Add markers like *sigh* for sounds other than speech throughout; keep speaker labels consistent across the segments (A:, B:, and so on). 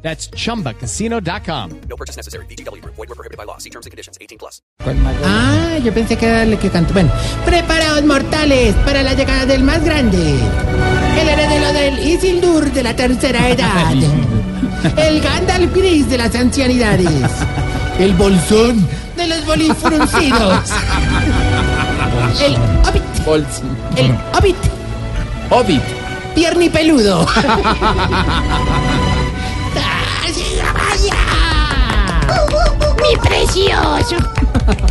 A: That's chumbacasino.com.
B: No purchase necessary. BGW. Void were prohibited by law. See terms and conditions. 18 plus.
C: Ah, yo pensé que era el que cantó. Bueno, preparados mortales para la llegada del más grande. El heredero del Isildur de la *laughs* tercera edad. El Gandalf gris de las ancianidades. El bolsón de los bolifruncidos. El hobbit. El hobbit.
D: Hobbit.
C: Pierni *laughs* peludo. ¡Así la vaya! ¡Mi precioso!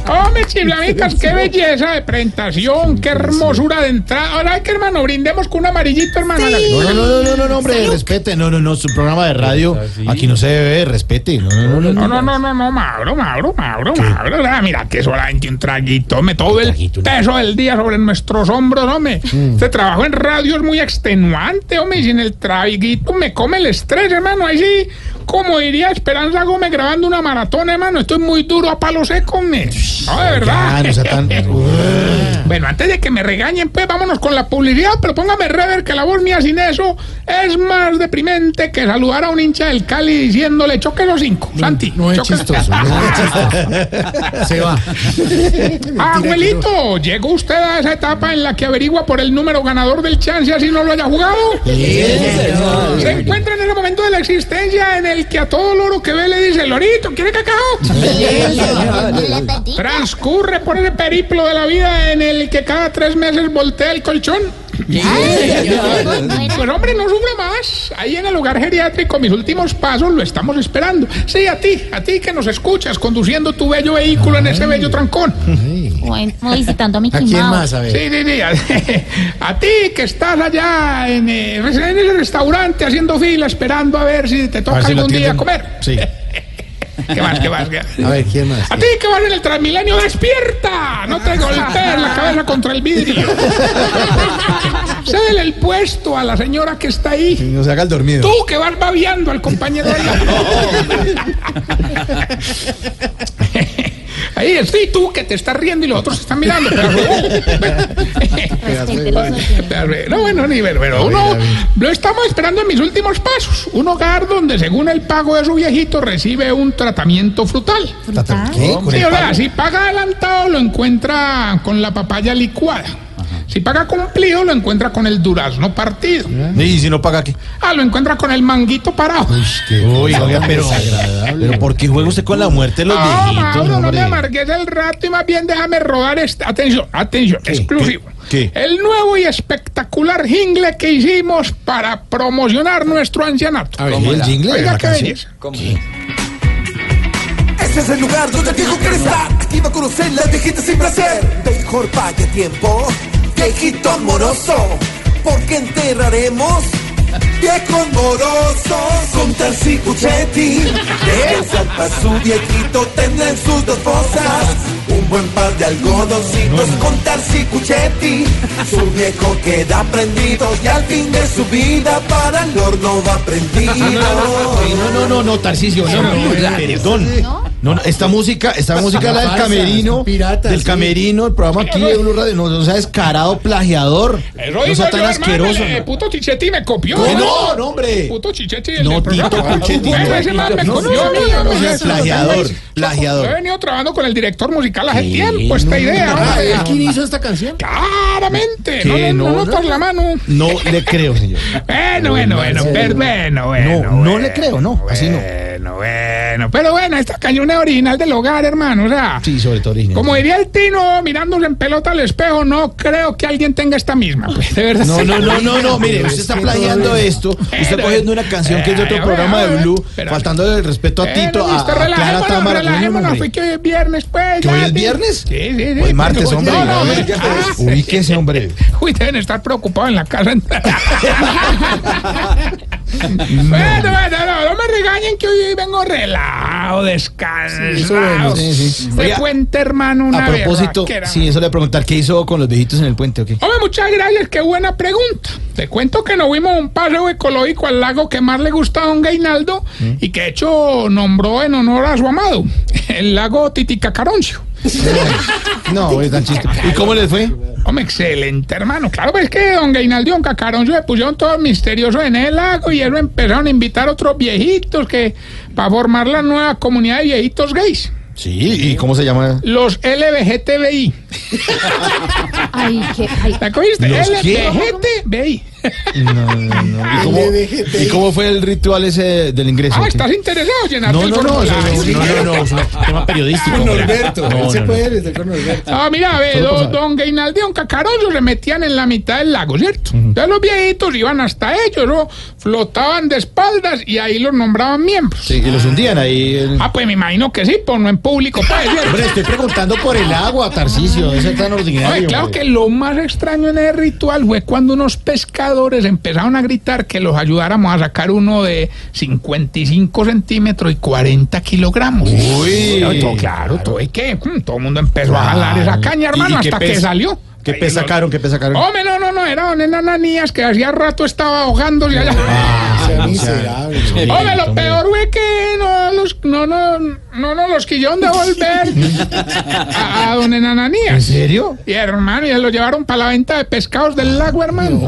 E: Hombre, chiflamicas, qué belleza de presentación, qué hermosura de entrada. Ahora hay que, hermano, brindemos con un amarillito, hermano. Dale.
D: No, no, no, no, no, no, hombre,
C: Salud.
D: respete. No, no, no, su programa de radio. Aquí no se bebe, respete. No, no, no,
E: No,
D: no.
E: no, no, no, no, Mauro, Mauro, Mauro, Mauro. Ah, mira, que solamente un traguito, hombre, todo el
D: traguito, Mm. una-
E: peso del día sobre nuestros hombros, hombre. Este trabajo en radio es muy extenuante, hombre, y sin el traguito me come el estrés, hermano. Ahí sí, como diría Esperanza Gómez grabando una maratón, hermano, esto es muy duro a palo seco, hombre. No, de verdad.
D: Ah, no sea tan.
E: *laughs*
D: *laughs*
E: Bueno, antes de que me regañen, pues vámonos con la publicidad, pero póngame rever que la voz mía sin eso es más deprimente que saludar a un hincha del Cali diciéndole choque los cinco. Santi,
D: No es
E: choque los-
D: chistoso, no es
E: *laughs*
D: chistoso. Se va.
E: Abuelito, ¿llegó usted a esa etapa en la que averigua por el número ganador del chance así no lo haya jugado? Se encuentra en ese momento de la existencia en el que a todo loro que ve le dice, Lorito, ¿quiere cacao? Transcurre por ese periplo de la vida en el que cada tres meses voltea el colchón. Pues hombre, no sufra más. Ahí en el hogar geriátrico, mis últimos pasos lo estamos esperando. Sí, a ti, a ti que nos escuchas conduciendo tu bello vehículo en ese bello trancón.
F: Bueno, visitando a Mickey
D: ¿A quién más?
F: Mouse.
D: A ver.
E: Sí, sí, sí. *laughs* A, a ti que estás allá en, eh, en el restaurante haciendo fila, esperando a ver si te
D: A
E: toca
D: ver si lo
E: algún día
D: atienden.
E: comer.
D: Sí.
E: ¿Qué más, qué más, qué más?
D: A ver, ¿quién más?
E: A ti que vas en el Transmilenio, despierta. No te golpees la cabeza contra el vidrio. Cédele el puesto a la señora que está ahí.
D: No se haga el dormido.
E: Tú que vas babeando al compañero
D: *laughs*
E: de la... Ahí estoy tú que te estás riendo y los otros están mirando. Pero, Pero, no, bueno, ni ver, pero uno lo estamos esperando en mis últimos pasos. Un hogar donde según el pago de su viejito recibe un tratamiento frutal.
D: Tata- ¿Qué? ¿Con
E: Sí,
D: el
E: o
D: palo?
E: sea, si paga adelantado lo encuentra con la papaya licuada. Si paga cumplido lo encuentra con el durazno partido.
D: ¿Y si no paga qué?
E: Ah, lo encuentra con el manguito parado.
D: Uy, oiga, pero. Pero ¿por qué juega usted con la muerte de los
E: No,
D: viejitos,
E: Ah, Mauro, no me
D: hombre?
E: amargues el rato y más bien déjame rodar esta. Atención, atención, exclusivo.
D: ¿Qué? ¿Qué?
E: El nuevo y espectacular jingle que hicimos para promocionar nuestro ancianato.
D: A ver, ¿el jingle? de
E: Oiga,
D: la
E: qué
D: canción?
E: belleza.
G: Este es el lugar donde el viejo quiere estar. Aquí va a conocer la viejita sin placer. Mejor pague tiempo, viejito amoroso. Porque enterraremos viejos morosos. Con Tarsi y Cuchetti. Descansan para su viejito. Tendrán sus dos fosas. Un buen par de algodoncitos con Tarsi y Cuchetti. Su viejo queda prendido. Y al fin de su vida para el horno va prendido.
D: No, no, no, no, Tarcisio, no, no, perdón. No, no, esta música, esta música es la del
C: Falsa,
D: camerino,
C: son piratas,
D: del
C: sí.
D: camerino, el programa aquí de Blue Radio, no, no sea descarado, plagiador,
E: Eso
D: no
E: digo
D: sea
E: yo,
D: tan
E: hermano,
D: asqueroso.
E: eh, puto Chichetti me copió.
D: No,
E: hermano.
D: no, no, hombre.
E: Puto Chichetti el
D: No,
E: del
D: Tito,
E: programa.
D: Cuchetti,
E: Bueno,
D: no,
E: ese man me
D: no,
E: copió
D: no,
E: a mí,
D: no,
E: hermano,
D: no,
E: ese-
D: plagiador,
E: Yo he
D: plagiador.
E: venido trabajando con el director musical Agentiel, pues esta idea.
D: Ah,
E: hombre.
C: ¿Quién hizo esta canción?
E: Claramente,
D: Que
E: no, no,
D: no,
E: no, no, por la mano.
D: No le creo, señor.
E: Bueno, bueno, bueno, pero bueno, bueno.
D: No, no le creo, no, así no.
E: Bueno, bueno, pero bueno, esta cañona es original del hogar, hermano, o sea.
D: Sí, sobre todo original.
E: Como diría el Tino, mirándose en pelota al espejo, no creo que alguien tenga esta misma, pues, de verdad.
D: No, no, no, no,
E: *laughs*
D: no, mire, usted está plagiando esto, usted está cogiendo una canción que es de otro
E: Ay, a ver,
D: programa
E: a
D: de
E: ver,
D: Blue,
E: eh, pero-
D: faltando el respeto a Tito,
E: Eh, no,
D: a,
E: listo,
D: a Clara
E: relajémonos,
D: Támara. No, no, no,
E: relajémonos,
D: hombre.
E: fue que hoy es viernes, pues.
D: ¿Que
E: ya,
D: hoy es
E: sí.
D: viernes?
E: Sí, sí, sí. pues,
D: Hoy es martes, hombre.
E: No, no, hombre. Ah, *laughs*
D: Ubíquese, hombre.
E: Uy, deben estar preocupados en la casa. *laughs* Bueno, bueno, no, no me regañen que hoy vengo relajado, descansado.
D: Sí, sí, sí.
E: Te
D: Oiga,
E: cuenta, hermano, una
D: A propósito,
E: berraquera,
D: sí, eso le voy a preguntar, ¿qué hizo con los viejitos en el puente
E: *laughs*
D: o qué?
E: Hombre, muchas gracias, qué buena pregunta. Te cuento que nos fuimos a un paseo ecológico al lago que más le gusta a don Gainaldo
D: Mm.
E: y que de hecho nombró en honor a su amado, el lago Titicacaroncio.
D: No, oye, tan chiste. ¿Y cómo les fue?
E: Hombre, excelente, hermano. Claro, pues es que don Gainaldo y don Cacaroncio se pusieron todos misteriosos en el lago y eso empezaron a invitar a otros viejitos que para formar la nueva comunidad de viejitos gays,
D: Sí, ¿y cómo se llama?
E: los LBGTBI.
F: Ay, qué. Ay,
E: ¿La cogiste?
D: ¿Los qué?
E: LBGTBI.
D: ¿Y cómo, y cómo fue el ritual ese del ingreso?
E: Ah,
D: o qué?
E: estás interesado, llenaste
D: No,
E: el
D: no, no, eso
E: formulario.
D: no, no, no, es un tema periodístico. Norberto, no, no, no.
E: Ah, mira, a ver,
D: Solo
E: don,
D: pasar.
E: don Gainaldi y don Cacaroyo se metían en la mitad del lago, ¿cierto? Entonces los viejitos iban hasta ellos, ¿no? flotaban de espaldas y ahí los nombraban miembros.
D: Sí, y los hundían ahí. el-
E: Ah, pues me imagino que sí, pues no en público, pues, ¿cierto?
D: Hombre, estoy preguntando por el agua, Tarcicio, eso es tan ordinario.
E: Oye, claro
D: hombre.
E: que lo más extraño en el ritual fue cuando unos pescadores empezaron a gritar que los ayudáramos a sacar uno de 55 centímetros y 40 kilogramos.
D: Uy.
E: Pero todo, claro, todo, y que, mm, todo el mundo empezó a jalar esa
D: Claro.
E: caña,
D: ¿Y-
E: hermano,
D: y qué
E: hasta que
D: pes-
E: salió.
D: ¿Qué
E: Ahí
D: pesa
E: lo-
D: caro? ¿Qué pesa caro?
E: Hombre, no, no, no, era don Enananías que hacía rato estaba ahogándose allá.
D: Ah.
E: Ah, Hombre, lo peor fue que no los, no, no, no, no los quisieron
D: *laughs*
E: devolver a, a don
D: ¿En
E: Enananías.
D: serio?
E: Y hermano, y lo llevaron para la venta de pescados del lago, hermano.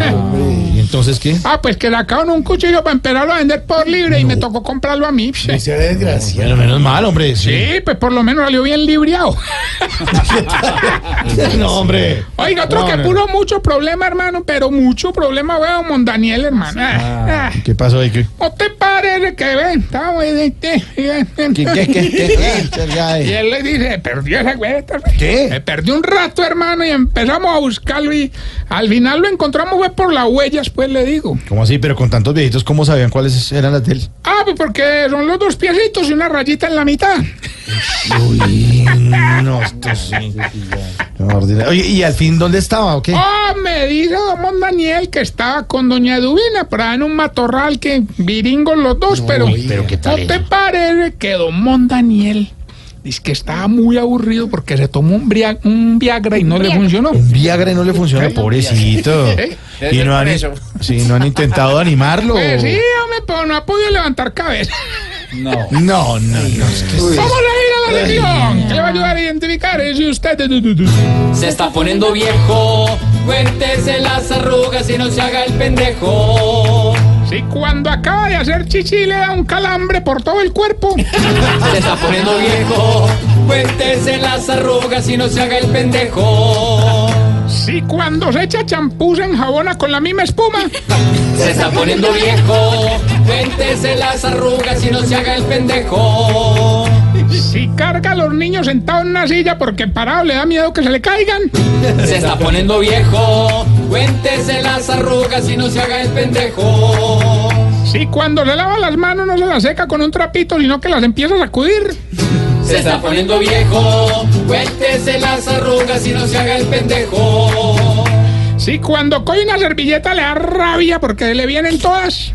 D: ¿Y entonces qué?
E: *laughs* Ah, pues que sacaron un cuchillo para empezarlo a vender por libre y me tocó comprarlo a mí.
D: Bueno, menos mal, hombre. Sí.
E: Sí, pues por lo menos salió bien
D: *laughs*
E: libreado.
D: No, hombre.
E: Oiga, otro que
D: Bueno.
E: puso mucho problema, hermano, pero mucho problema, weón, Mon Daniel, hermano. Ah, ah.
D: ¿Qué pasó ahí? ¿Qué?
E: *laughs* No te pares que ven, estamos ahí, ahí, ahí, ahí.
D: ¿Qué? ¿Qué? ¿Qué?
E: *laughs*
D: eh. ¿Qué?
E: Y él le dice, perdió esa cuenta.
D: ¿Qué?
E: Me perdí un rato, hermano, y empezamos a buscarlo y al final lo encontramos, fue por las huellas, pues le digo.
D: ¿Cómo así? Pero con tantos viejitos, ¿cómo sabían cuáles eran las de él?
E: Ah, pues porque son los dos piecitos y una rayita en la mitad.
D: Uy, no, esto sí. No, ordinario. Oye, ¿y al fin dónde estaba o qué?
E: Oh, me dice don Mon Daniel que estaba con doña Eduvina por ahí en un matorral que viringos los dos, pero,
D: pero qué tal
E: no
D: eso.
E: te parece que don Mon Daniel dice que estaba muy aburrido porque se tomó un, bria- un Viagra y no le funcionó.
D: Un Viagra y no le funciona, pobrecito.
E: *laughs* ¿Eh?
D: Y no han, sí, no han intentado animarlo.
E: Pues sí, hombre, pero no ha podido levantar cabeza.
D: No, no, no. es que-
E: Vamos a ir a la región que le va a ayudar a identificar es usted.
H: Se está poniendo viejo, cuéntese las arrugas y no se haga el pendejo.
E: Si cuando acaba de hacer chichi le da un calambre por todo el cuerpo.
H: Se está poniendo viejo, cuéntese las arrugas y no se haga el pendejo.
E: Si cuando se echa champú se enjabona con la misma espuma.
H: Se está poniendo viejo, cuéntese las arrugas y no se haga el pendejo.
E: Si carga a los niños sentados en una silla porque parado le da miedo que se le caigan.
H: Se está poniendo viejo, cuéntese las arrugas y no se haga el pendejo.
E: Si cuando le lava las manos no se las seca con un trapito sino que las empieza a sacudir.
H: Se está poniendo viejo, cuéntese las arrugas y no se haga el pendejo.
E: Si cuando coge una servilleta le da rabia porque le vienen todas.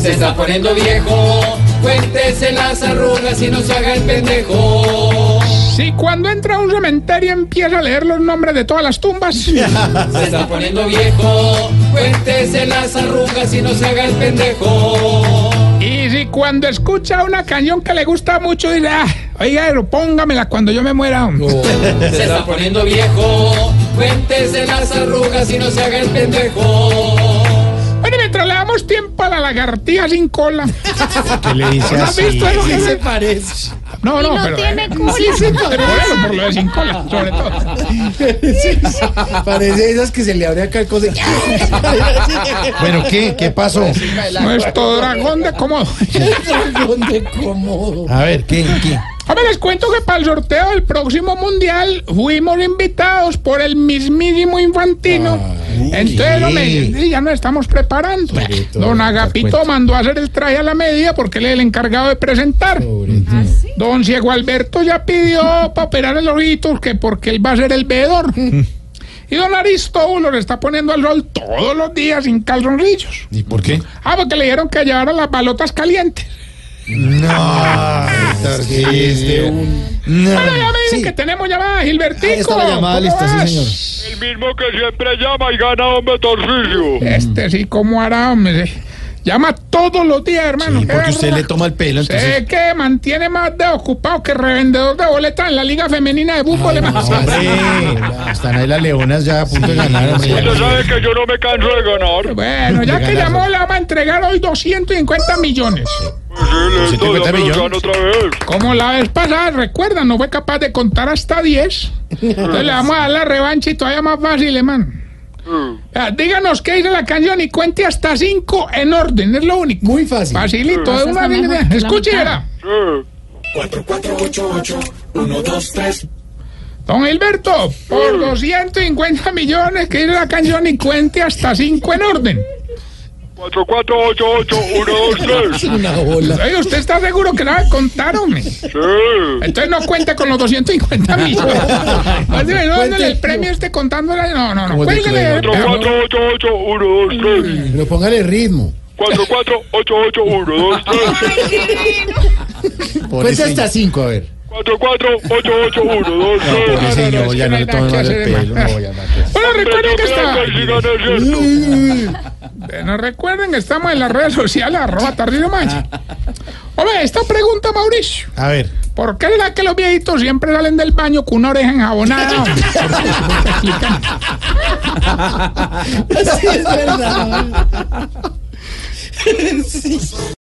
H: Se está poniendo viejo, cuéntese las arrugas y no se haga el pendejo.
E: Si cuando entra a un cementerio empieza a leer los nombres de todas las tumbas.
H: Se está poniendo viejo, cuéntese las arrugas y no se haga el pendejo.
E: Y si cuando escucha una canción que le gusta mucho dice, "Ah, oiga, pero póngamela cuando yo me muera. hombre".
H: Se está poniendo viejo, cuéntese las arrugas y no se haga el pendejo.
E: Bueno, y mientras le damos tiempo a la lagartija sin cola.
D: ¿Qué le dice
E: ¿No has
D: así?
E: visto eso? que se-
D: parece?
E: No, no,
F: no
E: pero...
F: tiene
E: eh,
F: cola.
E: sí, sí, pero por eso, por lo de sin cola, sobre todo.
I: Parece esas que se le abre acá el coso.
D: Bueno, ¿qué? ¿Qué pasó?
E: Pues, Nuestro dragón de cómodo.
I: ¿Dónde cómodo?
D: A ver, ¿qué? ¿Qué?
E: Hombre, les cuento que para el sorteo del próximo mundial fuimos invitados por el mismísimo Infantino. Entonces, no me- ya nos estamos preparando. Don Agapito mandó a hacer el traje a la medida porque él es el encargado de presentar. Don
I: *laughs*
E: Diego Alberto ya pidió para operar el ojito que porque él va a ser el veedor. Y don Aristóbulo le está poniendo al rol todos los días sin calzoncillos.
D: ¿Y por qué?
E: Ah, porque le dijeron que llevara las balotas calientes.
D: No, Tarcisio. No.
E: Bueno, ya me dicen
I: Ah, Sí.
E: que tenemos llamada, Gilbertico.
I: Ahí está la llamada
E: ¿Cómo
I: lista, sí,
E: vas?
I: señor.
E: Este sí, ¿cómo hará, hombre? Llama todos los días, hermano.
D: Sí,
E: qué
D: porque usted
E: vergüenza.
D: le toma el pelo, entonces.
E: Sé que mantiene más de ocupado que revendedor de boletas en la Liga Femenina de Fútbol. hermano.
D: Hombre, están ahí las leonas ya a punto de ganar. hombre.
G: sabe que yo no me canso de ganar.
E: *laughs* Bueno, ya
D: De
E: que
D: ganar.
E: llamó, le vamos a entregar hoy 250 millones.
D: les doy, 150 dámelo, millones. gano
G: otra vez.
E: Como la vez pasada, recuerda, no fue capaz de contar hasta 10. Entonces le vamos a dar la revancha y todavía más fácil, hermano. Ah, Díganos qué dice la canción y cuente hasta 5 en orden, es lo único.
I: Muy fácil.
E: Facilito,
F: Esa
E: de
F: es
E: una
F: la
E: vez.
F: mejor, la
E: Escuche,
F: mitad.
E: verá.
G: 4488 123
E: Don Gilberto, por 250 millones que dice la canción y cuente hasta 5 en orden.
G: 4488 123
I: Una bola.
E: Oye, ¿usted está seguro que la contaron? Entonces no cuenta con los 250 millones. No, no, no,
I: Cuente.
E: el premio este contándole. No, no, no.
D: Como de
E: Cuélguele.
D: Clever.
E: pero-
G: 4488 123
I: Pero póngale ritmo.
G: 4488 123
I: Cuenta
D: Pobrecillo.
I: hasta cinco, a ver.
E: Ah,
G: 4488 123
E: No, no,
D: Pobrecillo,
E: es que
D: ya
E: no hay
D: no le
E: nada
D: tomen
E: que
D: más
E: hacer,
D: el pelo.
E: hermano.
D: no, ya no, que-
E: Bueno, recuerden que está.
G: está.
E: Bueno, recuerden que estamos en las redes sociales, arroba Tarcillo Maya. Hombre, esta pregunta, Mauricio.
D: A ver,
E: ¿Por qué será que los viejitos siempre salen del baño con una oreja enjabonada? hombre?
I: Sí, es verdad.